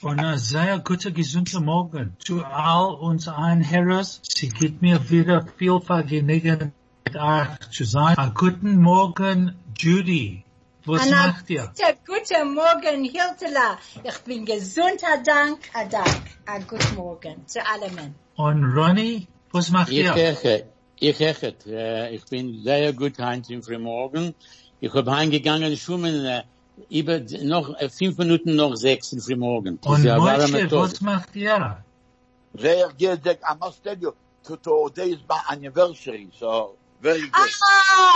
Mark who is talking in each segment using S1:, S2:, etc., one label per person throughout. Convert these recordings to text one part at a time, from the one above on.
S1: Und ein sehr guter, gesunder Morgen zu all unseren Herren. Sie gibt mir wieder viel Vergnügen, mit euch zu sein. Einen guten Morgen, Judy. Was
S2: Anna,
S1: macht ihr?
S2: Guten, guten Morgen, Hiltela. Ich bin gesund, a Dank, a Dank. A guten Morgen zu allen.
S1: Und Ronnie, was macht
S3: Ich
S1: ihr?
S3: heche, ich heche, äh, ich bin sehr gut heint im Frühmorgen. Ich hab heimgegangen schwimmen, äh, über noch äh, fünf Minuten noch sechs im Frühmorgen.
S1: Und
S3: Sehr warme
S1: Moshe,
S3: Tag.
S1: was macht ihr?
S4: Very good. that- I must tell you, to- today is my anniversary, so very good.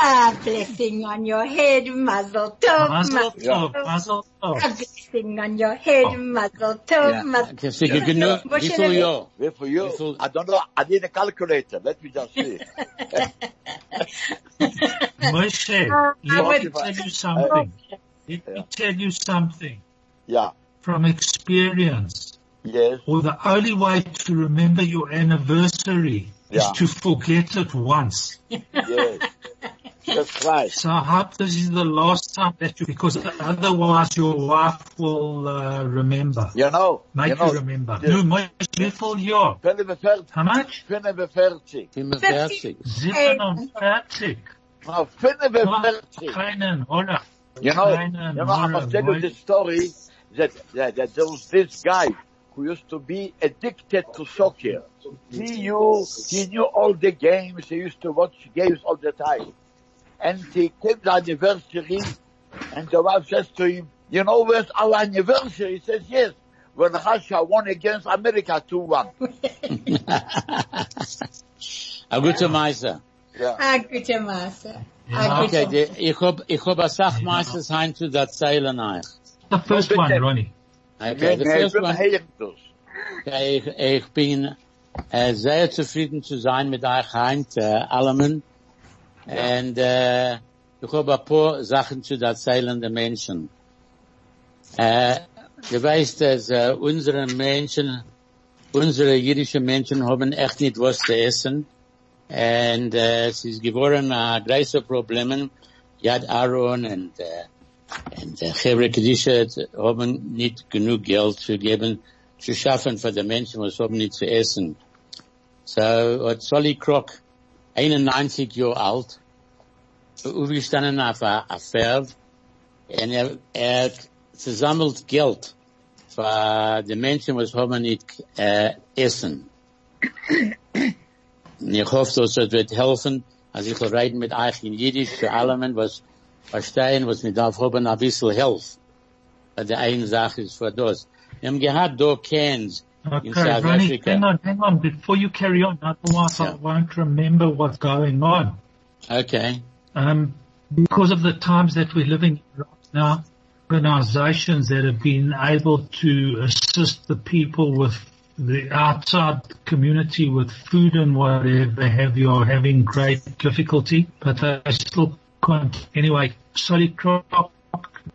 S2: Ah, blessing on your head, Mazel Tov.
S1: Mazel Tov, Oh.
S2: Tov.
S1: Mazel
S2: A
S1: Tov.
S2: blessing on your head, Mazel Tov,
S4: Yeah.
S2: Mazel
S3: Okay, so you know,
S2: Moshe,
S3: wie viel
S2: let-
S3: Jahr?
S4: Good for you.
S3: This will-
S4: I don't know. I need a calculator. Let me just see.
S1: Moshe,
S2: Uh,
S1: let
S3: Äh,
S1: me
S4: I
S1: tell
S4: would-
S1: you something. Let me tell you something
S4: yeah.
S1: from experience.
S4: Yes.
S1: Or the only way to remember your anniversary is
S4: Yeah.
S1: to forget it once.
S4: Yes. That's right.
S1: So I hope this is the last time that you, because otherwise your wife will uh, remember.
S4: You know.
S1: Make you,
S4: you know.
S1: remember.
S4: yeah.
S1: Nu, Moshe, wieviel Jahr?
S4: Penne befertig.
S1: How much?
S4: Penne befertig.
S3: 45.
S1: 47.
S4: No, penne befertig.
S1: Keinen, oder?
S4: You know.
S1: Keinen,
S4: You know. I
S1: oder,
S4: must tell you
S1: Moshe?
S4: the story that, that that there was this guy who used to be addicted to soccer. He knew he knew all the games. He used to watch games all the time. and he came the anniversary, and the wife says to him, you know, where's our anniversary? He says, yes, when Russia won against America 2-1.
S3: A gute Meister.
S4: Yeah.
S2: A guten Ah, Maße.
S1: Yeah.
S2: A
S3: Okay,
S2: guten
S3: die, ich hab, ich hab a Sachmeister heim zu der Zeile nach.
S1: The first
S4: No,
S1: one,
S4: bitte.
S1: Ronnie.
S3: Okay, the first one.
S4: Yes,
S3: Okay, ich, ich bin äh, sehr zufrieden zu sein mit euch Heint, äh, Allemen. Und äh, ich habe ein paar Sachen zu erzählen den Menschen. Äh, du weißt, dass äh, unsere Menschen, unsere jüdischen Menschen haben echt nicht was zu essen. Und äh, es ist geworden äh, ein großes Problem. Yad Aaron und äh, und der Hebrew Kedisha haben nicht genug Geld zu geben, zu schaffen für die Menschen, was haben nicht zu essen. So, hat Solly Croc, 91 Jahre alt, aufgestanden auf ein ein Pferd, und er, er versammelt Geld für die Menschen, was haben nicht äh, essen. Und ich hoffe, dass das wird helfen, also ich will reden mit euch in Jiddisch, für allem, was verstehen, was mir darf haben, ein bisschen helfen. Weil die eine Sache ist für das. Wir haben gehabt, da Cans
S1: Okay,
S3: in South
S1: Ronnie,
S3: Africa.
S1: hang on, hang on, before you carry on, otherwise I
S3: Yeah.
S1: won't remember what's going on.
S3: Okay.
S1: um, because of the times that we're living in right now, organizations that have been able to assist the people with the outside community with food and whatever have you are having great difficulty, but they still can't. Anyway, Solly Croc,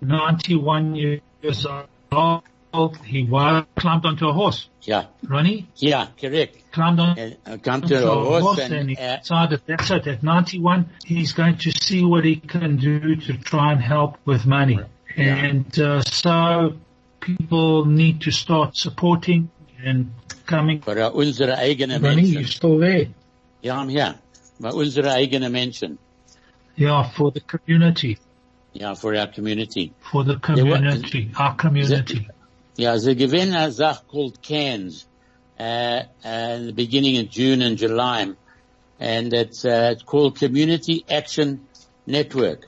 S1: 91 years old, he was, climbed onto a horse.
S3: Ja,
S1: Ronnie
S3: ja, korrekt.
S1: climbed on
S3: Er er kam
S1: to
S3: zu der
S1: a horse
S3: Horst
S1: and
S3: und
S1: he
S3: er,
S1: decided that's it. At 91, he's going to see what he can do to try and help with money. And uh, so people need to start supporting and coming.
S3: für unsere eigenen
S1: Ronnie, you're
S3: Menschen.
S1: still there?
S3: Ja, haben ja. Für unsere eigenen Menschen.
S1: Yeah, for the community,
S3: Ja, für our community.
S1: for the
S3: what-
S1: community, our community.
S3: Ja, sie gewinnen eine Sache called Cans. Uh, uh, beginning in June and July. And it's, uh, it's called Community Action Network.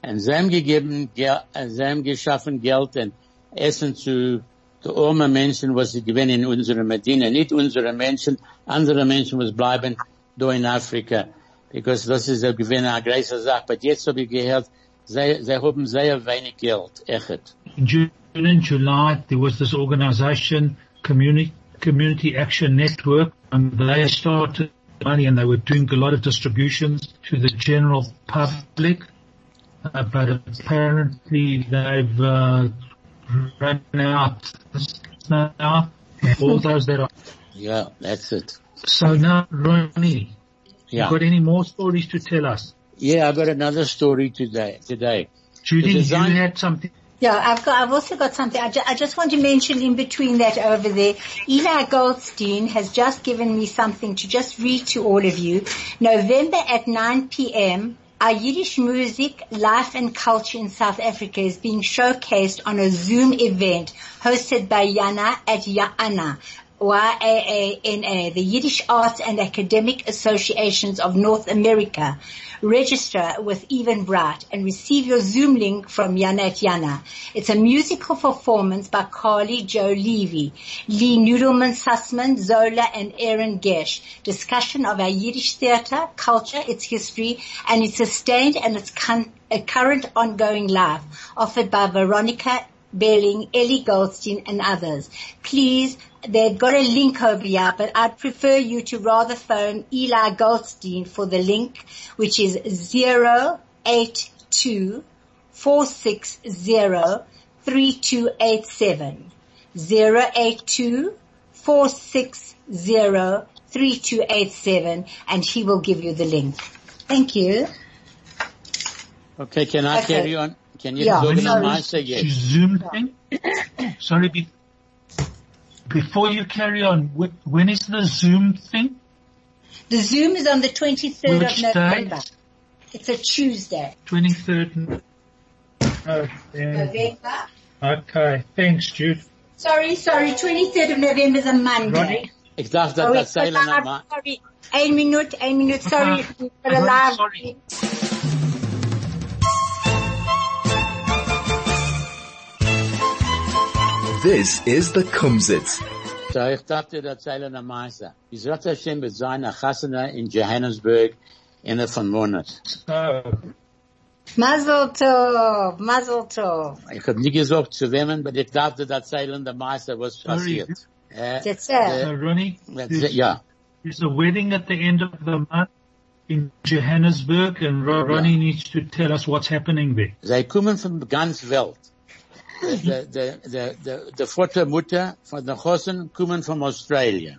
S3: Und sie haben gegeben, Gel- äh, sie haben geschaffen Geld und Essen zu den armen Menschen, was sie gewinnen in unserer Medina. Nicht unsere Menschen, andere Menschen, was bleiben da in Afrika. Because das ist der Gewinn, eine große Sache. Aber jetzt habe ich gehört, sie, sie haben sehr wenig Geld, echt.
S1: In June and July, there was this organization, Community, community Action Network, and they started money and they were doing a lot of distributions to the general public. Uh, but apparently they've uh, run out now. All those that are.
S3: Yeah, that's it.
S1: So now, Ronnie,
S3: Yeah.
S1: you got any more stories to tell us?
S3: Yeah, I got another story today, today.
S1: Judy,
S3: The
S1: you
S3: design-
S1: had something.
S2: Yeah, I've got, I've also got something. I, ju- I just want to mention in between that over there, Eli Goldstein has just given me something to just read to all of you. November at 9 p.m., our Yiddish music, life and culture in South Africa is being showcased on a Zoom event hosted by Yana at Ya'ana. YAANA, the Yiddish Arts and Academic Associations of North America. Register with Even Bright and receive your Zoom link from Yana at Yana. It's a musical performance by Carly Joe Levy, Lee Nudelman Sussman, Zola and Aaron Gersh. Discussion of our Yiddish theater, culture, its history, and its sustained and its con- a current ongoing life offered by Veronica Belling, Ellie Goldstein and others. Please, they've got a link over here, but I'd prefer you to rather phone Eli Goldstein for the link, which is 082 460 3287. 082 460 3287 and he will give you the link. Thank you.
S3: Okay, can I
S2: Okay.
S3: carry on? Can you
S2: Yeah,
S3: talk
S2: sorry.
S3: on my say
S1: To
S3: yes?
S1: Zoom thing? Sorry, be- before you carry on, wh- when is the Zoom thing?
S2: The Zoom is on the 23rd
S1: Which
S2: of November.
S1: date?
S2: It's a Tuesday.
S1: 23rd November.
S2: November.
S1: Oh, Okay, thanks Jude.
S2: Sorry, sorry, 23rd of November is a
S1: Ronnie?
S2: Monday.
S3: Ich darf das
S2: Oh, it's a
S3: erzählen an
S2: live,
S3: my,
S2: sorry. Ein minute, ein minute, sorry,
S1: Uh-huh.
S2: we've got a
S1: Uh-huh,
S2: live.
S1: sorry.
S5: This is the Kumsitz.
S3: So ich darf dir erzählen am meisten. Israel Hashem wird sein eine Chassana in Johannesburg in der von Monat.
S1: So,
S2: Mazel tov, mazel tov.
S3: Ich hab nie gesagt zu wem, aber ich darf dir erzählen der Meister, was
S1: Sorry.
S3: passiert. Äh,
S2: That's
S1: so
S2: it.
S1: Ronnie,
S3: that's- ja,
S1: there's a wedding at the end of the month in Johannesburg and Ro- Ronnie needs to tell us what's happening there.
S3: sie kommen von ganz Welt. Der, der, der, der, der Vater, Mutter von den Hosen kommen von Australien.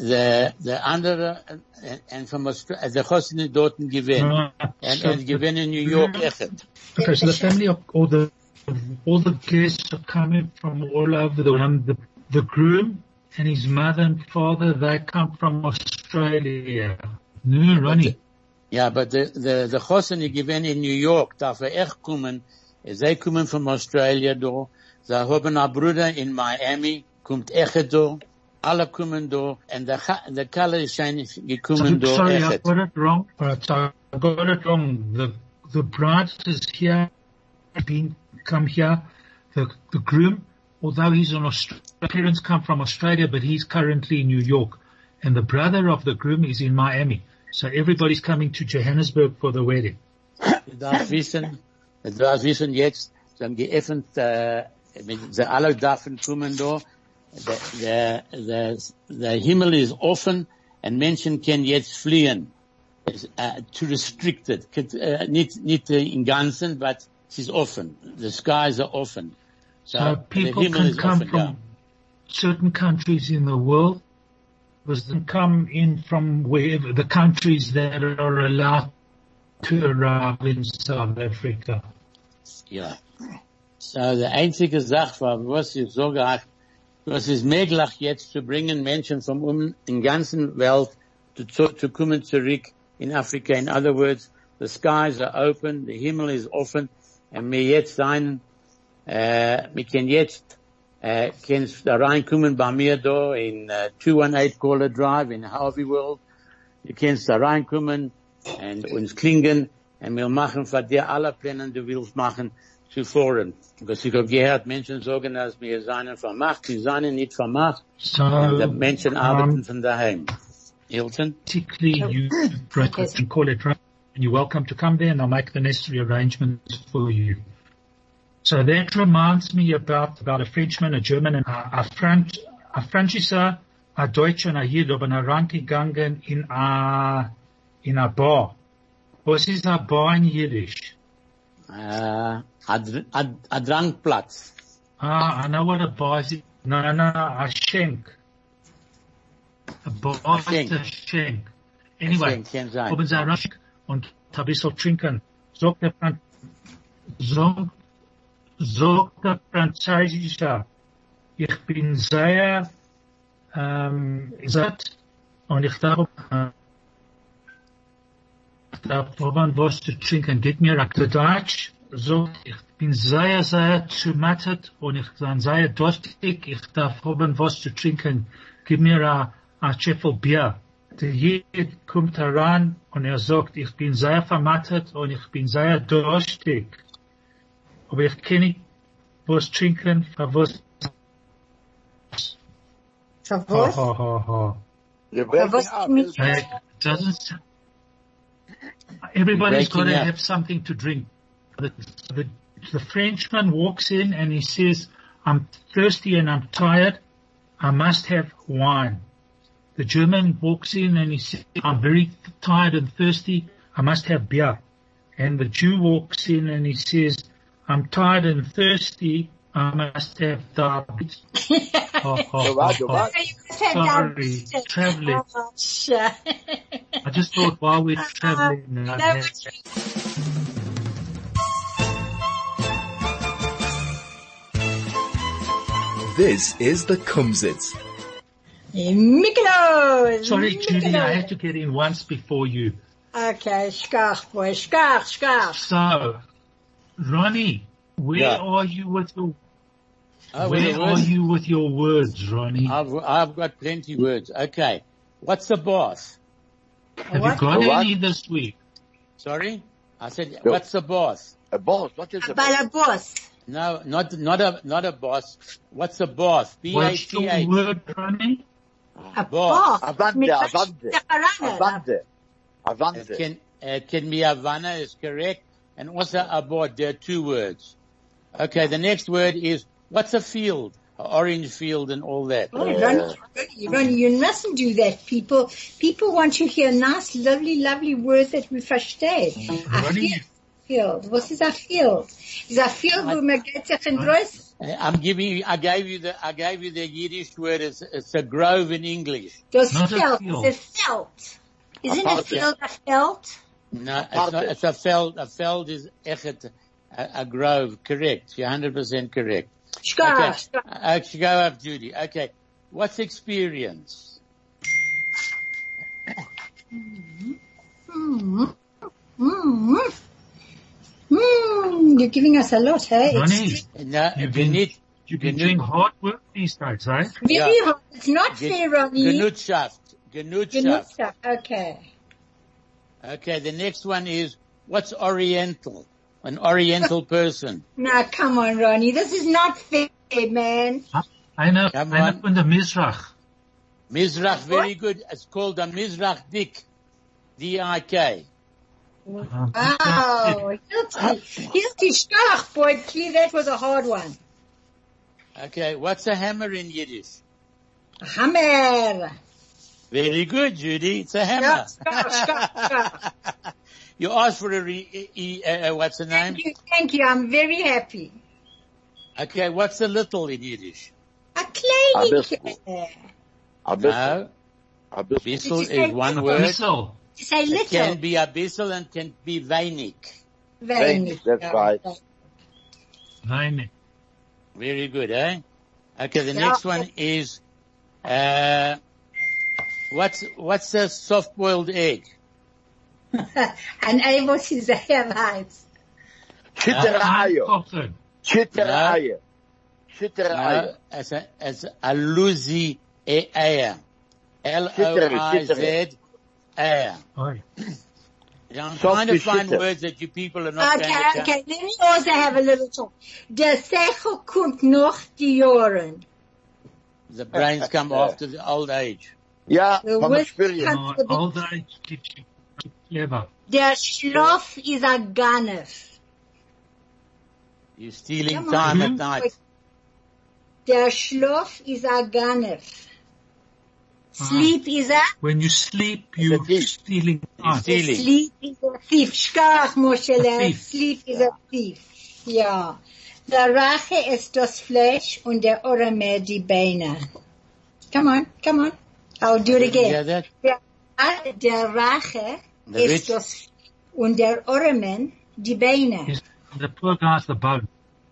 S3: Der, der andere, äh, äh, von Australien, der Hosen ist dort gewesen.
S1: Right.
S3: Und,
S1: So
S3: und gewesen in New York, echt.
S1: Okay, so the family of all the all the guests are coming from all over the um, the, the groom and his mother and father they come from Australia. No, Ronnie.
S3: Ja, aber de, de, de gossen die gewinnen in New York, darf er echt eh, kommen. Sie kommen von Australien da. Sie haben einen Bruder in Miami, kommt echt da. Alle kommen da. Und der, Ga- der Kalle ist schon gekommen da.
S1: Sorry, I
S3: echt.
S1: got it wrong. Alright, so I got it wrong. The the bride is here, been come here. The the groom, although he's on Australia, parents come from Australia, but he's currently in New York, and the brother of the groom is in Miami. So everybody's coming to Johannesburg for the wedding.
S3: Du darfst wissen, du darfst wissen jetzt, sie haben geöffnet, äh, mit- sie alle dürfen kommen da. Der, der, der, der Himmel ist offen und Menschen können jetzt fliehen. Es ist, äh, too restricted. Äh, nicht, nicht äh, im Ganzen, but es ist offen. The sky is offen. So,
S1: So Uh, people can come from
S3: ja.
S1: certain countries in the world, was can come in from wherever the countries that are allowed to arrive in South Africa.
S3: Ja. So, die einzige Sache war, was ich so gehabt, was ist möglich jetzt zu bringen, Menschen von um in ganzen Welt zu, zu, zu kommen zurück in Afrika. In other words, the skies are open, the Himmel is offen, und wir jetzt sein, äh, wir können jetzt, äh, können da reinkommen bei mir da in äh, 218 Caller Drive in Harvey World. Du kannst da reinkommen und uns klingen und wir machen für dir alle Pläne, die du willst machen, zu Foren. Was ich habe gehört, Menschen sagen, dass wir seinen vermacht, sie seien nicht vermacht, und die
S1: So
S3: Menschen
S1: um,
S3: arbeiten von daheim. Hilton?
S1: basically, you
S2: Okay.
S1: can call it right, and you're welcome to come there, and I'll make the necessary arrangements for you. So that reminds me about about a Frenchman, a German, and a, a French, a Francisa, a Deutscher und a Jid haben herangegangen in a, in a bar. Was ist a bar in Jiddisch?
S3: Uh, a, dr- a, a drunk platz.
S1: Ah, I know what a bar is. No, no, no, a shank. A bar
S3: A
S1: is
S3: shank.
S1: a shank. Anyway,
S3: shank, can sein.
S1: oben sie rasch und ein bisschen trinken. Sagt der Franz, sagt, sagt der Französischer, ich bin sehr, ähm, satt und ich darf, äh, ich darf probieren, was zu trinken. Gib mir auf der Deutsch, sagt, ich bin sehr, sehr zumattet und ich bin sehr durstig, ich darf probieren, was zu trinken. Gib mir a, a Scheffel Bier. Der Jid kommt heran und er sagt, ich bin sehr vermattet und ich bin sehr durstig. Aber ich kann nicht was trinken, für was, ha,
S2: Verwurst?
S1: ha, ha, ha.
S4: You're breaking
S2: was
S4: up.
S2: mean-
S1: Hey, it doesn't, s- everybody's
S3: Breaking
S1: got to
S3: up.
S1: have something to drink. The, the, the Frenchman walks in and he says, I'm thirsty and I'm tired. I must have wine. The German walks in and he says, I'm very tired and thirsty. I must have beer. And the Jew walks in and he says, I'm tired and thirsty. I must have diabetes. Oh, oh,
S4: Right,
S1: oh, oh.
S4: right.
S2: You must have
S1: Sorry,
S2: diabetes.
S1: traveling.
S2: Oh, sure.
S1: I just thought while we're traveling,
S2: No,
S1: I'd have-
S2: it's
S5: This is the Kumsitz.
S2: Mykonos.
S1: Sorry, Judy, I
S2: Mykonos.
S1: had to get in once before you.
S2: Okay, schkach, boy, schkach, schkach.
S1: So, Ronnie, where
S3: Yeah.
S1: are you with your
S3: Oh, with
S1: where
S3: the
S1: are
S3: words?
S1: you with your words, Ronnie?
S3: I've, I've got plenty words. Okay. What's the boss?
S1: Have
S2: what?
S1: you got
S4: What?
S1: any this week?
S3: Sorry? I said,
S4: No.
S3: what's the boss?
S4: A boss. What is a boss?
S2: Balabos.
S3: No, not, not a, not a boss. What's a boss?
S1: What's your
S3: B-A-T-H.
S1: word, Ronnie?
S2: A boss.
S3: Boss.
S4: Avante,
S2: Mit
S4: avante.
S2: Takarana.
S4: Avante.
S3: It
S4: Avante.
S3: can, it can be Havana is correct. And also abort, there are two words. Okay, the next word is, what's a field? A orange field and all that.
S2: Oh, Ronnie, Ronnie, Ronnie, you mustn't do that, people. People want to hear nice, lovely, lovely words that we verstehen. A
S1: Ronnie.
S2: field. field. What is a field? Is a field where man gets a gross?
S3: Uh, I'm giving you, I gave you the, I gave you the Yiddish word, it's, it's a grove in English.
S2: Does
S1: Not a
S2: felt.
S1: field.
S2: It's a felt. Isn't a
S4: Aparte.
S2: field a felt?
S3: No, it's, not, it's a feld, a feld is echet, a, a grove, correct. You're 100% correct. Okay,
S2: Schkach.
S3: I should go up, Judy. Okay, what's experience?
S2: Mm-hmm. Mm. Mm. You're giving us a lot, hey?
S1: Ronnie,
S3: No,
S1: You've been-
S3: Genut,
S1: you've been
S3: Genut-
S1: doing hard work these days, eh?
S2: Really,
S3: Yeah.
S2: Ron- it's not fair, Ronnie.
S3: Genutschaft, Genutschaft.
S2: Genutzter. Okay.
S3: Okay, the next one is what's Oriental? An Oriental person.
S2: Now, come on, Ronnie. This is not fair, man.
S1: Einer,
S3: Come
S1: einer
S3: on.
S1: von der Mizrach.
S3: Mizrach, very good. It's called a Mizrach Dik. D-I-K.
S1: Um,
S2: Wow. Guilty. Guilty. Stach, boy. Gee, that was a hard one.
S3: Okay, what's a hammer in Yiddish?
S2: Hammer.
S3: Very good, Judy. It's a hammer.
S2: Yeah, stach, stach, stach.
S3: you asked for a re- e- e- uh, uh, what's the name?
S2: Thank you. Thank you. I'm very happy.
S3: Okay, what's a little in Yiddish?
S2: A
S4: A
S2: clay.
S4: bissel.
S2: Did
S4: Abyssal.
S3: No,
S4: Abyssal.
S3: bissel
S2: Did you
S3: is
S2: say
S3: one
S1: Uh,
S2: little?
S3: word.
S1: Bissel.
S2: you say
S3: It can
S2: little?
S3: be a bissel and can be veinig.
S2: Very
S4: That's right.
S1: Nein.
S3: Very good, eh? Okay, the
S2: Yeah.
S3: next one is uh, what's what's a soft-boiled egg?
S2: Unable to say right.
S4: Chitteraayo.
S1: Kochen.
S4: Chitteraayo.
S3: No,
S2: Uh,
S4: Chitteraayo.
S3: Uh, as a as a lousy air. L O I Z air.
S1: Oi.
S3: I'm trying to find
S4: Soft-geschitter.
S3: words that you people are not
S2: Okay,
S3: paying attention.
S2: okay, let me also have a little talk. Der Sechel kommt noch die Joren.
S3: The brains come after the old age.
S4: Yeah,
S2: The
S4: from
S2: worst
S4: experience.
S2: kind-
S1: Oh, All the age keeps you clever.
S2: Der Schlaf is a ganef.
S3: You're stealing
S2: Come on. Mm-hmm.
S3: time
S1: Mhm.
S3: at night.
S2: Der Schlaf is a ganef. Sleep is a
S1: When you sleep, you're
S4: thief.
S1: stealing time.
S3: thief. Really?
S2: Sleep is a thief. Schkach, Moshe, Learn,
S1: thief.
S2: Sleep is a thief. Ja. Der Rache ist das Fleisch und der Orme die Beine. Come on, come on. I'll do it
S3: Yeah,
S2: again.
S3: that.
S2: Der, der Rache
S3: The rich-
S2: ist das Fleisch und der Orme die Beine.
S1: Yes. The poor guy's the bone.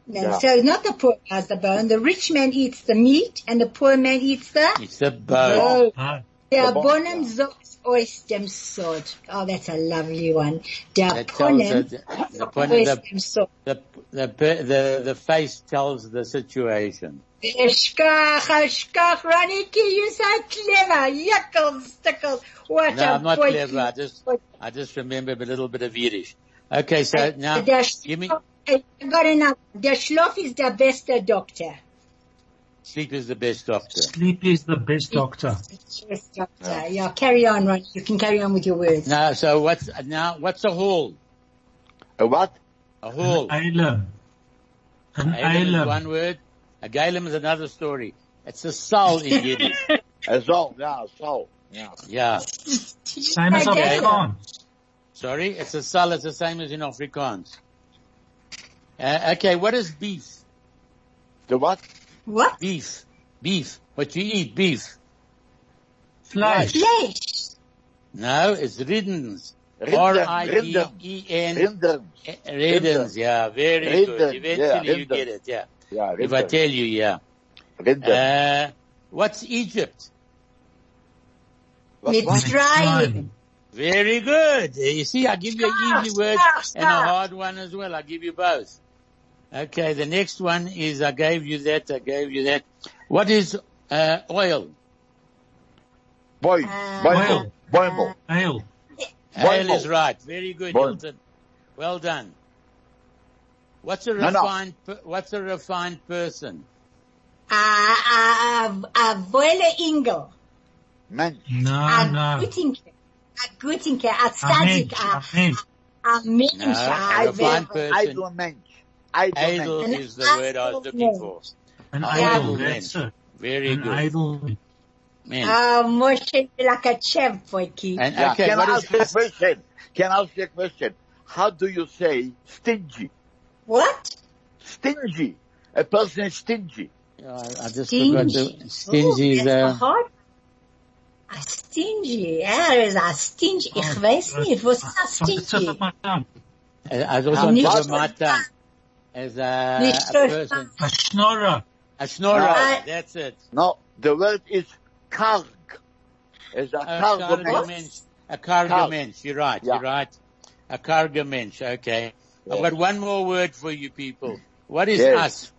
S2: No,
S4: Yeah.
S2: So not the poor has the bone. The rich man eats the meat and the poor man eats the Oh,
S3: It's a bow.
S2: bone.
S1: No.
S2: Der
S4: Bone,
S2: Bonnen
S4: yeah.
S2: sagt euch dem Sod. Oh, that's a lovely one. Der
S3: That tells
S2: Bonnen
S3: the- the
S2: sagt
S3: Bonnen,
S2: euch
S3: the-
S2: dem Sod.
S3: The, the, pe- the, the face tells the situation.
S2: Eschkach, Eschkach, Raniki, you so clever. Yuckles, stickles. What
S3: No,
S2: a
S3: I'm not
S2: boy.
S3: clever. I just, I just remember a little bit of Yiddish. Okay, so now,
S2: Der
S3: give me,
S2: Schlaf, I got another. Der Schlaf is the best doctor.
S3: sleep is the best doctor.
S1: Sleep is the best doctor.
S2: Best doctor. Yeah. carry on, Ron. You can carry on with your words.
S3: Now, so what's, now, what's a hall?
S4: A what?
S3: A hall.
S1: Alim. An
S3: Galen is
S1: alim.
S3: one word. A Galen is another story. It's a soul in Yiddish.
S4: A soul, yeah, a soul. Yeah.
S3: Yeah.
S2: Did you
S1: Same
S2: say
S1: as
S2: that?
S1: Afrikaans.
S3: Sorry? It's a soul. It's the same as in Afrikaans. Uh, okay, what is beef?
S4: The what?
S2: What?
S3: Beef. Beef. What you eat, beef.
S1: Fleisch.
S2: Flesh.
S3: No, it's riddens.
S4: Rinden,
S3: R-I-D-E-N.
S4: Rinden.
S3: Riddens, Eh, yeah, very good.
S4: Riddens, yeah,
S3: Eventually you
S4: riddens.
S3: get it, yeah.
S4: Yeah,
S3: If I
S4: Rinden.
S3: tell you, yeah.
S4: Rinden.
S3: Uh, what's Egypt?
S4: What- what?
S2: Mitzrayim.
S3: Very good. Eh, You see, I give you an easy word
S2: stop,
S3: and a
S2: stop.
S3: hard one as well. I give you both. Okay, the next one is I gave you that, I gave you that. What is uh, oil?
S4: Boy,
S2: Uh,
S4: boy, boy, boy.
S1: Ale.
S3: Oil
S4: Boil.
S3: is right. Very good,
S4: Boil.
S3: Hilton. Well done. What's a
S4: No, no.
S3: refined, per- what's a refined person?
S2: A, a, a, a voile ingel.
S4: Man,
S1: No,
S2: A
S1: Ah, no.
S2: gutinke. A gutinke. A
S1: Amen.
S2: tzaddik. A,
S1: Amen.
S2: a mensch.
S3: No, Uh, a
S2: A,
S3: refined
S2: a,
S3: person.
S4: idle mensch. Idle
S3: Idle
S4: mensch.
S2: An
S3: is the word I was
S2: idle
S3: looking
S2: man.
S3: for.
S1: An
S3: Idle
S1: idol.
S3: man.
S1: That's it.
S3: Very
S1: An
S3: good.
S1: idol.
S3: Man.
S2: a Moshe like a champ for kid.
S3: And
S4: Yeah.
S3: okay,
S4: Can I
S3: what
S4: ask you a
S3: is,
S4: question? Can I ask you a question? How do you say stingy?
S2: What?
S4: Stingy. A person is stingy.
S3: I I just forgot
S2: Stingy.
S3: to, stingy
S2: Oh,
S3: is
S2: that's a
S3: uh,
S2: hard. A stingy. Yeah, is a stingy. Ich weiß nicht, was
S1: Uh,
S2: ist a
S1: From the tip
S2: stingy?
S1: of my tongue.
S3: I was on
S2: Nicht
S3: top of
S2: so
S3: my tongue. As a,
S2: Nicht
S3: a
S2: so
S3: person,
S1: A schnorrer.
S3: a snorer,
S4: No.
S3: that's it.
S4: No, the word is karg. Is a
S3: A
S4: karg
S3: karga
S4: mensch.
S3: mensch. A karga
S4: Karg.
S3: mensch, you're right,
S4: Yeah.
S3: you're right. A karga mensch, okay. I've
S4: Yeah.
S3: got one more word for you people. What is
S4: Yes.
S3: us?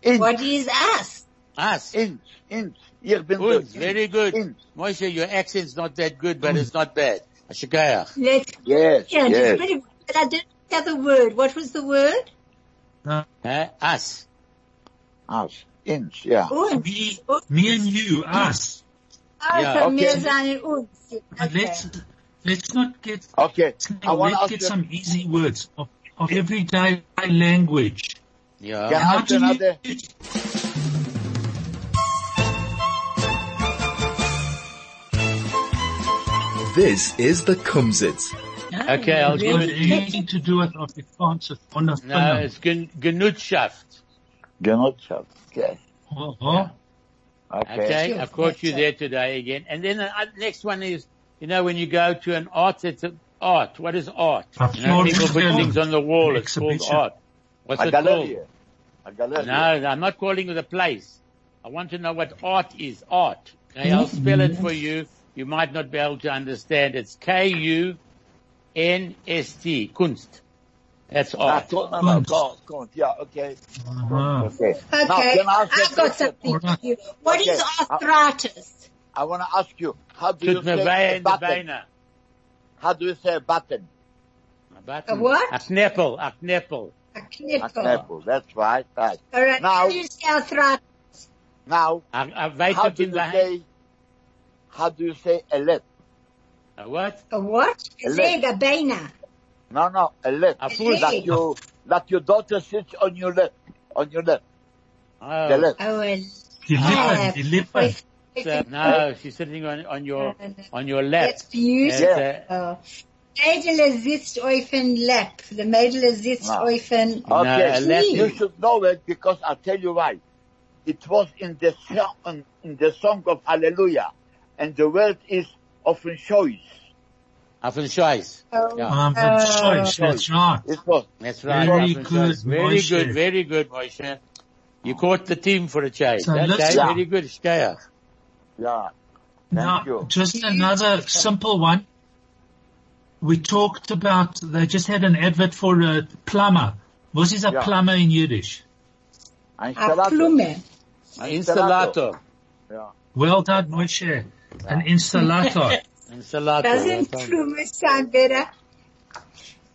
S4: Inch,
S2: What is us?
S3: Us.
S4: inch, inch. Ich bin so
S3: Good, very good.
S4: Inch.
S3: Moshe, your accent's not that good, but it's not bad. Ashikayach.
S2: Let's
S4: Yes,
S2: Yeah, and it's
S4: yes.
S2: pretty, but I didn't have the word. What was the word?
S3: Huh? Us.
S4: Us. Inch, yeah.
S1: Me,
S2: Uns. Uns.
S1: me and you, us.
S2: Also,
S3: Yeah,
S2: wir
S4: okay.
S2: seien uns.
S1: But
S2: Okay.
S1: let's, let's not get,
S4: Okay. I want to
S1: let's
S4: ask
S1: get
S4: you,
S1: some easy words of, of everyday language.
S3: Yeah.
S4: can I
S1: How
S4: ask you
S1: do you,
S4: another?
S5: This is the Kumsitz.
S3: Okay, I'll
S1: do
S3: give
S1: it
S3: it
S1: anything to do with Afrikaans of on a
S3: No, it's gen- Genutschaft.
S4: Genotschaft. Okay.
S1: Uh-huh.
S4: Okay.
S3: Okay,
S2: Sure,
S3: I caught you
S2: that's
S3: there today again. And then the uh, next one is, you know, when you go to an art, it's a, art. What is art?
S1: A
S3: You know, people put
S1: museum.
S3: things on the wall.
S1: An
S3: It's called
S1: exhibition.
S3: art. What's
S4: A
S3: it called?
S4: gallery. A gallery.
S3: No, I'm not calling it a place. I want to know what art is. Art. Okay, I'll spell it for you. You might not be able to understand. It's K-U-N-S-T. Kunst. That's
S4: Ah,
S3: art.
S4: no, no,
S1: Kunst.
S4: no, Kunst. Yeah, okay.
S1: Uh-huh.
S2: Okay,
S4: Okay. Now, can I ask you a
S2: I've got
S4: question?
S2: something for
S1: Alright.
S2: you. What is
S4: Okay. Uh,
S2: arthritis?
S4: I want to ask you, how do you
S3: Tut me
S4: say
S3: weh
S4: a
S3: in de
S4: button?
S3: beinen.
S4: How do you say a button?
S3: A button.
S2: A what?
S3: A knippel. A knippel.
S2: A
S4: A
S2: knickle.
S4: knippel. That's right. Right.
S2: All right,
S4: Now-
S2: how do you say arthritis?
S4: Now,
S3: A, a
S4: how
S3: weitet
S4: do
S3: in
S4: you
S3: de hand.
S4: say, how do you say a lip?
S3: A uh, what?
S2: A what? A
S4: A
S2: leg, a beina.
S4: No, no, a lip.
S3: A
S2: foot.
S4: That you, that your daughter sits on your lip, on your lip, the
S3: Oh,
S4: lip.
S2: Oh, a
S1: Die Lippen, die Lippen.
S3: uh, no, she's sitting on, on your, on your lap.
S2: That's beautiful.
S3: And, uh,
S2: Mädel sitzt auf dem Lap. The Mädel sitzt
S4: Wow.
S2: auf dem
S4: Okay,
S3: No, let
S4: you
S3: me-
S4: should know it because I'll tell you why. It was in the song, in the song of Hallelujah, and the word is often choice.
S3: auf den Scheiß.
S2: Oh.
S3: Ja,
S1: Um,
S2: Uh,
S1: that's right, that's right.
S4: It was
S3: that's right.
S1: Very
S3: auf den
S1: good,
S3: Scheiß. Very
S1: Moshe.
S3: good, very good, Moshe. You caught the team for a change.
S1: So
S3: That's
S1: let's-
S3: very good, Shkaya.
S4: yeah. Thank
S1: Now,
S4: you.
S1: just another simple one. We talked about, they just had an advert for a plumber. What is a
S4: Yeah.
S1: plumber in Yiddish?
S4: Ein
S2: A
S4: Salato.
S2: Plume.
S3: An Installator.
S4: Yeah.
S1: Well done, Moshe. An installator.
S3: Installator.
S2: Doesn't
S3: that's all.
S2: Plume sound better?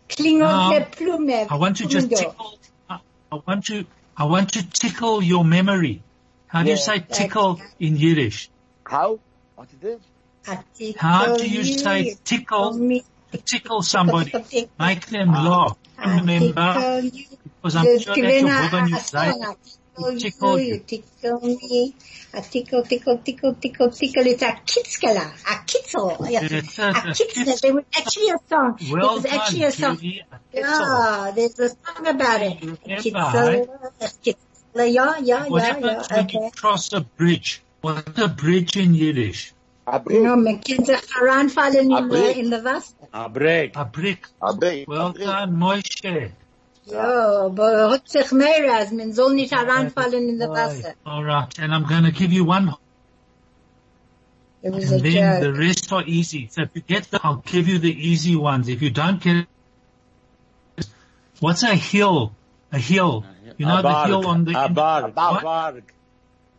S2: Klingon
S1: No.
S2: Plume.
S1: I want to just
S2: Plumido.
S1: tickle, I I want to, I want to tickle your memory. How do you
S4: Yeah.
S1: say tickle in Yiddish?
S4: How? What it is?
S2: I tickle
S1: How do you say
S2: tickle
S1: tickle,
S2: me?
S1: tickle somebody?
S2: Tickle.
S1: Make them
S2: Ah.
S1: laugh.
S2: I
S1: Remember,
S2: tickle you.
S1: because I'm
S2: The
S1: sure that
S2: Gwen,
S1: your
S2: I-
S1: woman
S2: I-
S1: you say,
S2: I tickle
S1: tickle
S2: you,
S1: you.
S2: you tickle me. I tickle, tickle, tickle, tickle, tickle. It's a kitskala, a kitzel. Yes,
S1: It is a
S2: a kitzel. There was actually a song.
S1: well
S2: there was
S1: done,
S2: actually a song.
S1: Judy. A kitzel.
S2: Yeah, there's a song about it.
S1: Remember,
S2: Kitzel, kitzel. Yeah, yeah,
S1: What
S2: yeah,
S1: happens
S2: yeah.
S1: when
S2: Okay.
S1: you cross a bridge? What's a bridge in Yiddish?
S4: A brick.
S2: No, my kids are reinfallen
S4: A
S2: in the,
S4: brick.
S2: in the Wasser.
S3: A break.
S1: A brick.
S4: A brick.
S1: Well
S4: a brick.
S1: done, Moshe.
S2: Ja, aber hat sich mehr als, man soll nicht hereinfallen in das Wasser.
S1: All right, and I'm going to give you one,
S2: It was a
S1: and then the
S2: joke.
S1: rest are easy. So if you get them, I'll give you the easy ones. If you don't get it, what's a hill? A hill. You know
S3: a
S1: the
S3: bark.
S1: hill on the...
S3: a bark.
S4: What?
S3: A bark.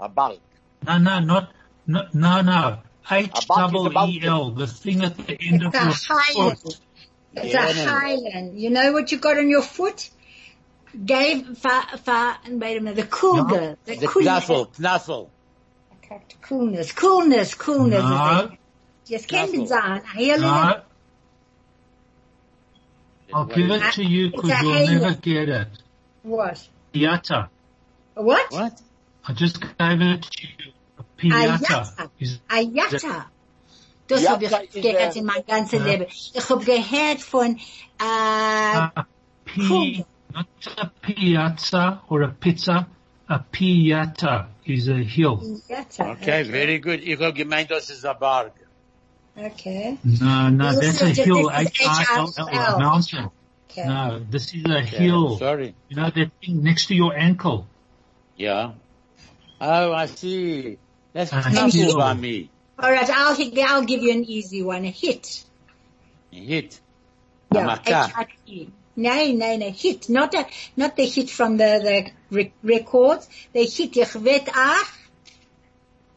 S4: A bark.
S1: No, no, not, no, no, no. H double E
S4: A
S1: L, the thing at the end of
S2: It's
S1: your
S2: a highland.
S1: foot.
S2: It's
S3: Yeah,
S2: a
S3: no.
S2: highland. You know what you got on your foot? Gave, fa, fa, wait a minute, the cougar. The,
S3: The
S2: coolness.
S3: knuffel. Knuffel.
S2: Coolness, coolness, coolness.
S1: No,
S2: Yes, can sein. Highland.
S1: no. I'll give it to you
S2: It's
S1: because
S2: a
S1: you'll never
S2: highland.
S1: get it.
S2: What?
S1: Piata.
S2: What?
S3: What?
S1: I just gave it to you. Piata.
S2: Piata.
S1: Is
S2: A Yatta. Das hab
S4: Yatta
S2: ich
S4: is
S2: gehört
S4: a-
S2: in meinem ganzen
S1: Ja.
S2: Leben. Ich hab gehört von, äh,
S1: a P, not a piazza or a pizza. A piata is a hill.
S2: Yatta.
S3: Okay, very good. Ich habe gemeint, das ist a bark.
S2: Okay.
S1: No, no,
S2: This
S1: that's
S2: is
S1: a
S2: just-
S1: hill.
S2: this is
S1: H-I-L-L,
S2: H-I-L-L.
S1: a mountain.
S2: Okay.
S1: No, this is a
S3: Okay,
S1: hill.
S3: I'm sorry.
S1: You know that thing next to your ankle?
S3: Yeah. Oh, I see. That's
S1: A
S3: knuffel
S1: heel.
S3: by me.
S2: All right, I'll I'll give you an easy one. A hit.
S3: Hit. A
S2: Yeah,
S3: maca.
S2: H-I-T. No, no, no, hit. Not a, not the hit from the, the re- records. The hit. Ich wett ach.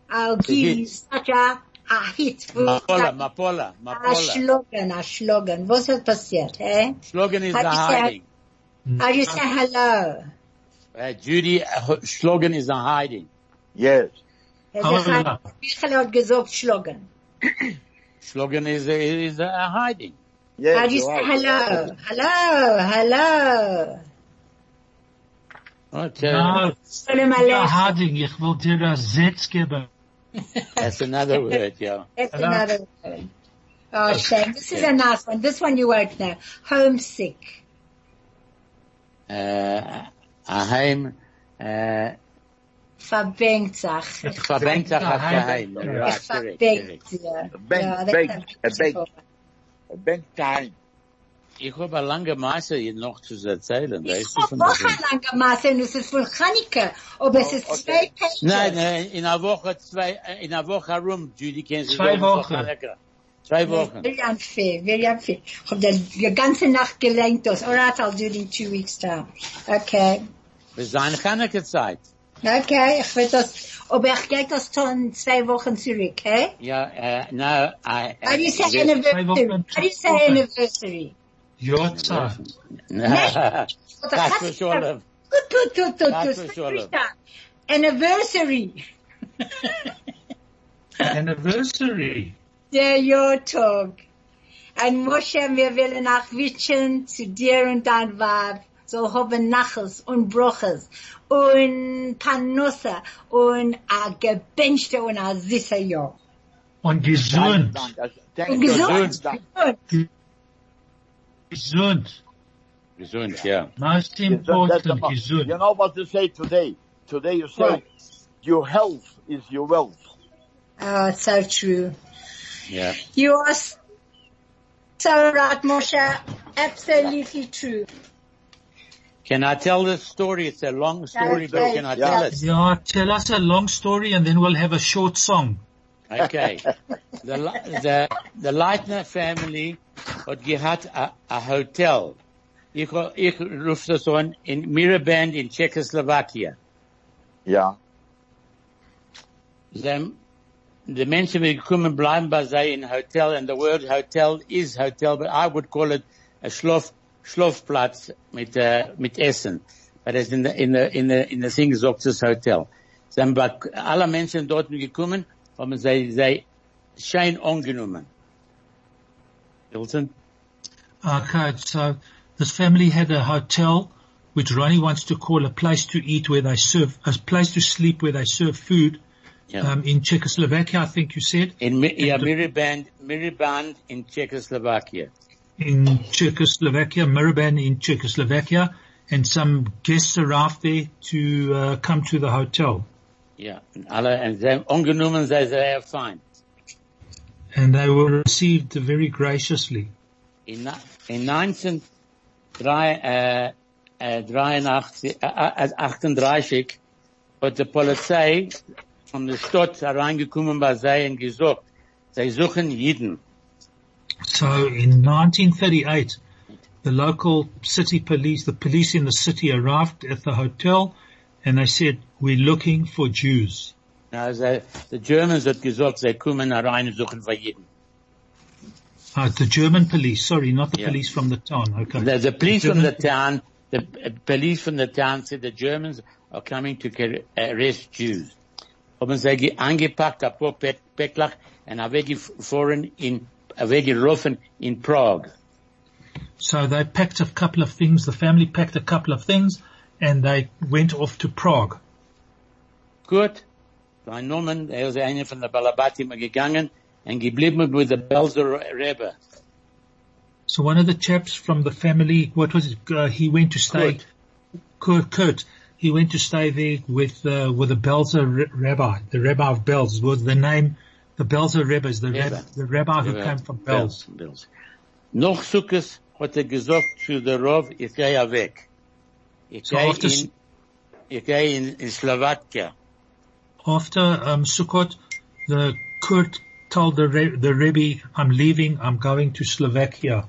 S2: I'll give
S3: hit.
S2: you such a, a hit.
S3: Mapola, mapola,
S2: A
S3: mapola.
S2: slogan, a slogan. Was hat passiert, eh?
S3: Slogan is
S2: How
S3: a
S2: do you say-
S3: hiding.
S2: How do you say hello?
S3: Uh, Judy, uh, slogan is a hiding.
S4: Yes.
S2: Also,
S1: Hello.
S2: Michael hat gesagt slogan.
S3: Slogan is a, is a hiding.
S4: Yes.
S2: How do you
S4: you're
S2: say hello?
S4: right.
S2: Hello, hello.
S3: Okay.
S1: No,
S2: Shalom
S1: you're
S2: Aleichem.
S1: hiding. Ich will dir ein Setz geben.
S3: That's another word, yeah.
S2: That's
S1: Hello.
S2: another one. Oh, shame. This is a nice one. This one you won't know. Homesick.
S3: Uh, a heim, uh,
S2: Verbenkt sich.
S3: Ich verbenkt sich auf
S1: Geheim.
S3: geheim.
S2: Ich
S3: Right, correct,
S2: verbenkt
S3: correct.
S2: sich.
S4: Bank,
S2: Ja, that's
S4: bank,
S2: a
S4: a
S2: beautiful
S4: bank.
S2: one.
S4: A bank time.
S3: Ich habe eine lange Masse hier noch zu erzählen.
S2: Ich
S3: weißt du
S2: hab
S3: von der
S2: auch
S3: Sache?
S2: lang gemacht und es ist von Chanukah. Aber es
S4: Oh,
S2: ist
S4: okay.
S2: zwei Pages.
S3: Nein, nein, in einer Woche, zwei, äh, in einer Woche rum, Judy, kennst du
S1: Zwei
S3: sagen, so
S1: Wochen.
S3: kann lecker. Zwei Wochen.
S2: Very unfair, very unfair. Ich hab das die ganze Nacht gelenkt. Das. All right, I'll do it in two weeks time. Okay.
S3: Das ist eine Chanukah-Zeit.
S2: Okay, ich will das, aber ich gehe das schon in zwei Wochen zurück, okay?
S3: Ja, äh, na, äh,
S2: How do you say
S3: äh,
S2: anniversary? How do you say anniversary?
S1: Jota.
S3: na, Tag für Scholem.
S2: Tut, tut, tut, tut,
S3: That's
S2: tut.
S3: for sure.
S2: Sprichwörter. Anniversary.
S1: Anniversary.
S2: Der Jotog. Ein Moshe, wir wollen auch wünschen zu dir und dein Wab soll haben Naches und Broches und Panosse und a gebenchte und a süße Jahr.
S1: Und gesund.
S4: Dank, dank, dank,
S2: Und gesund.
S4: dank, dank.
S2: Gesund.
S1: Gesund.
S3: Gesund, ja.
S1: Most
S4: Yes, that- that's
S1: important,
S4: about- You
S1: gesund.
S4: know what they say today? Today you say,
S2: Right.
S4: your health is your wealth.
S2: Oh, it's so true.
S3: Yeah.
S2: You are s- so right, Moshe. Absolutely true.
S3: Can I tell this story? It's a long story, but can I
S2: Yeah.
S3: tell it?
S1: Yeah, tell us a long story and then we'll have a short song.
S3: Okay. The, Li- the, the Leitner family hat gehabt a, a hotel. Ich, ich ruf das an in Miraband in Czechoslovakia.
S4: Yeah.
S3: Them, the Menschen will gekommen bleiben bei sei in Hotel and the word Hotel is Hotel, but I would call it a Schlaf, Schlafplatz mit, uh, mit Essen. But as in the, in the, in the, in the thing sagt es Hotel. Dann war alle Menschen dort gekommen, haben sie, sie schein angenommen. Hilton?
S1: Okay, Uh, so this family had a hotel, which Ronnie wants to call a place to eat where they serve, a place to sleep where they serve food,
S3: Yeah.
S1: um, in Czechoslovakia, I think you said,
S3: in Mi- yeah, Miraband, Miraband in Czechoslovakia.
S1: in Czechoslovakia, Miraban in Czechoslovakia, and some guests arrived there to uh, come to the hotel.
S3: Yeah. And alle, and sie haben angenommen, sie sehr fein.
S1: And they were received very graciously.
S3: in, ni- in äh, 1938 äh, hat die Polizei von der Stadt hereingekommen bei sie und gesagt, sie suchen Jiden.
S1: So in 1938, the local city police, the police in the city arrived at the hotel and they said, we're looking for Jews.
S3: Now, sie, the Germans hat gesagt, sie kommen herein und suchen für Jiden.
S1: Uh, the German police, sorry, not the
S3: Yeah.
S1: police from the town. Okay.
S3: The, the police from
S1: German-
S3: the town, the uh, police from the town said the Germans are coming to car- uh, arrest Jews. Haben sie ge- angepackt, ein paar Päck- Päcklach, und haben weggefahren in, haben weggerufen in Prague.
S1: So they packed a couple of things, the family packed a couple of things and they went off to Prague.
S3: Gut. Mein Nomen, er ist einer von der Balabati mal gegangen und geblieben mit der Belser Rebbe.
S1: So one of the chaps from the family, what was it? Uh, he went to stay, Kurt. Kurt. He went to stay there with uh, with the Belzer Re- Rabbi, the Rabbi of Belz was the name. The Belzer Rebbe is the
S3: Rebbe.
S1: Rabbi, the Rabbi who came from Belz.
S3: Belz. Noch Sukkes hat er gesagt zu der Rav, ich gehe ja weg. Ich
S1: So
S3: gehe
S1: auf das-
S3: in, ich gehe in, in Slowakia.
S1: After um, Sukkot, the Kurt told the Re- the Rebbe, "I'm leaving. I'm going to Slovakia."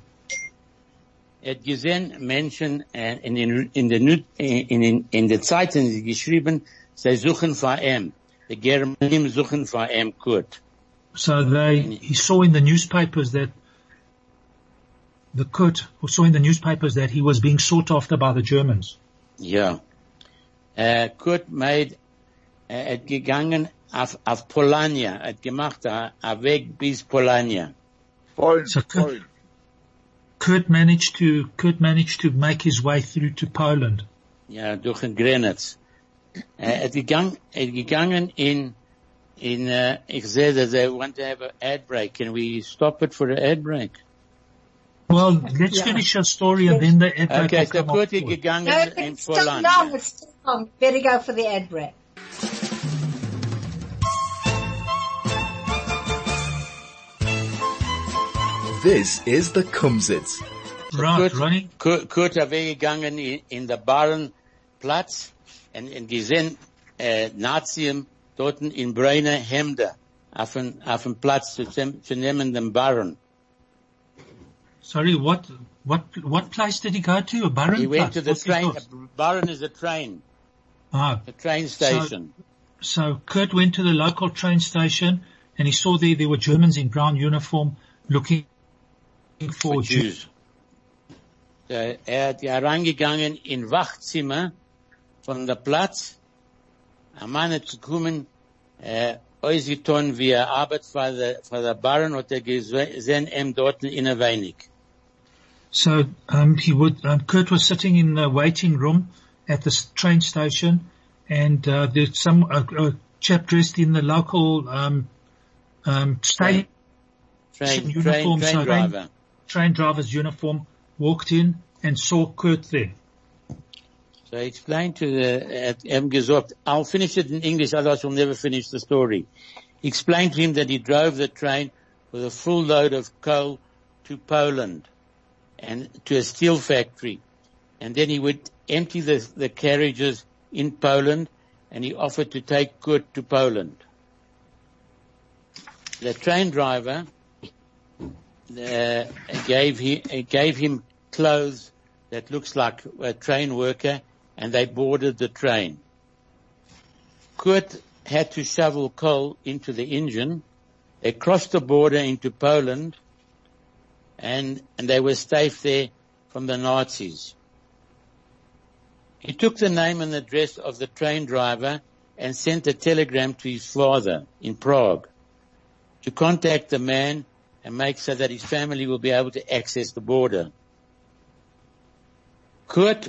S3: Er hat gesehen Menschen äh, in, den, in, den, Nü- äh, in, den, in der Zeitung die geschrieben, sie suchen vor ihm. Die Germanen suchen vor ihm gut.
S1: So they, he saw in the newspapers that the Kurt saw in the newspapers that he was being sought after by the Germans.
S3: Ja. Äh, Kurt Maid äh, hat gegangen auf, auf Polonia, hat gemacht äh, einen Weg bis Polonia.
S4: Foreign,
S1: So could-
S4: foreign.
S1: Kurt managed to Kurt managed to make his way through to Poland.
S3: Ja, durch den Grenitz. Äh, hat, gegangen, hat gegangen in, in äh, ich sehe, that they want to have an ad break. Can we stop it for the ad break?
S1: Well, let's
S2: Yeah.
S1: finish our story and then the echo
S3: Okay,
S1: will
S3: so
S1: come
S3: Kurt ist
S1: afterwards.
S3: gegangen
S2: No,
S3: in
S2: it's still
S3: Poland.
S2: long. It's still long. Better go for the ad break.
S5: This is the Kumsitz.
S1: Right,
S3: Kurt,
S1: Ronnie.
S3: Kurt, Kurt war weggegangen in, in der Barenplatz und, und gesehen äh, Nazien dort in Breiner Hemde auf dem auf dem Platz zu, zem- zu nehmen den Baren.
S1: Sorry, what what what place did he go to? A
S3: He
S1: barren
S3: went
S1: place.
S3: to the
S1: What's it
S3: train.
S1: called?
S3: Baren is a train,
S1: Ah,
S3: a train station.
S1: so Kurt went to the local train station and he saw there there were Germans in brown uniform looking for Jews.
S3: Äh, er hat herangegangen in Wachzimmer von der Platz. Ein Mann hat gekommen, äh, ausgetan, wie er arbeitet für der, für der Baron, hat er gese- gesehen, ihm dort in ein wenig.
S1: So um, he would. Um, Kurt was sitting in the waiting room at the s- train station, and uh, there's some a, a chap dressed in the local um, um, state
S3: Train,
S1: Uniform,
S3: train,
S1: so-
S3: train driver.
S1: train driver's uniform walked in and saw Kurt there.
S3: So I explained to the, at him gesagt, I'll finish it in English, otherwise we'll never finish the story. Explained to him that he drove the train with a full load of coal to Poland and to a steel factory. And then he would empty the, the carriages in Poland and he offered to take Kurt to Poland. The train driver uh, gave, he, uh, gave him clothes that looks like a train worker and they boarded the train. Kurt had to shovel coal into the engine. They crossed the border into Poland and, and they were safe there from the Nazis. He took the name and address of the train driver and sent a telegram to his father in Prague to contact the man and make so that his family will be able to access the border. Kurt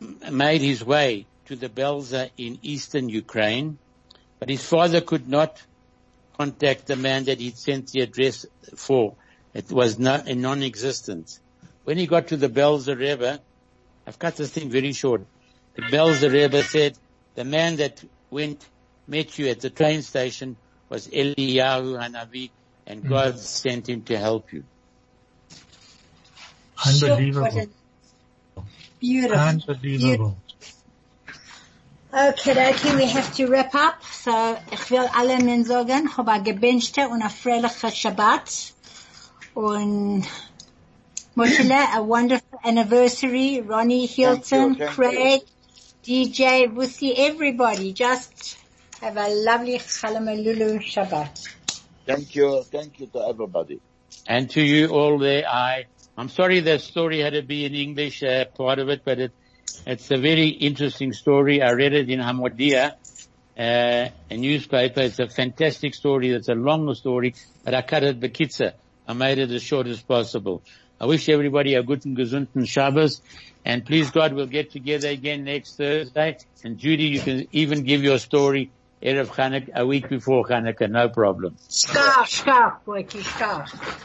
S3: m- made his way to the Belza in eastern Ukraine, but his father could not contact the man that he'd sent the address for. It was no, a non-existent. When he got to the Belza River, I've cut this thing very short. The Belza River said, the man that went, met you at the train station was Eliyahu Hanavi and God sent him to help you.
S1: Unbelievable.
S2: Sure, what a- Beautiful.
S1: Unbelievable.
S2: Okay, okay, we have to wrap up. So, ich will alle men sagen, hab a gewünschte und a freiliche Shabbat. Und Moshele, a wonderful anniversary. Ronnie Hilton,
S4: Thank you, thank
S2: Craig, DJ, Wussy, everybody. Just have a lovely Chalamalulu Shabbat.
S4: Thank you. Thank you to everybody.
S3: And to you all there, I, I'm sorry the story had to be in English, uh, part of it, but it, it's a very interesting story. I read it in Hamodia, uh, a newspaper. It's a fantastic story. It's a long story, but I cut it bekitzer. I made it as short as possible. I wish everybody a good and gesunden Shabbos. And please God, we'll get together again next Thursday. And Judy, you can even give your story Erev Hanukkah, a week before Hanukkah, no problem.
S2: Stark, stark, Wojty, stark.